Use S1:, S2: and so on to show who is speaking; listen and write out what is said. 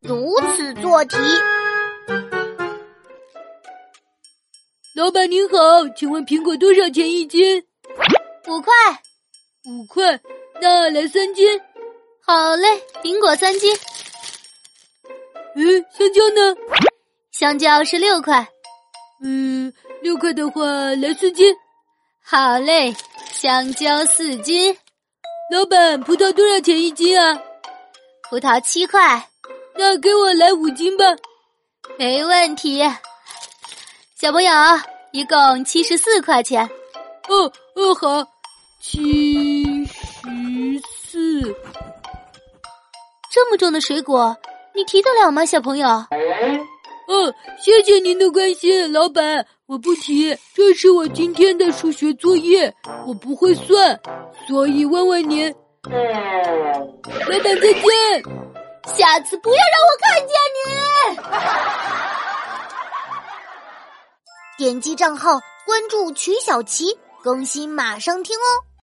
S1: 如此做题。
S2: 老板您好，请问苹果多少钱一斤？
S1: 五块，
S2: 五块。那来三斤。
S1: 好嘞，苹果三斤，
S2: 嗯，香蕉呢？
S1: 香蕉是六块，
S2: 嗯，六块的话来四斤。
S1: 好嘞，香蕉四斤，
S2: 老板，葡萄多少钱一斤啊？
S1: 葡萄七块，
S2: 那给我来五斤吧。
S1: 没问题。小朋友，一共七十四块钱。
S2: 哦哦，好，七十四。
S1: 这么重的水果，你提得了吗，小朋友？
S2: 哦，谢谢您的关心，老板。我不提，这是我今天的数学作业，我不会算，所以问问您。老板再见，
S1: 下次不要让我看见你。点击账号关注曲小琪，更新马上听哦。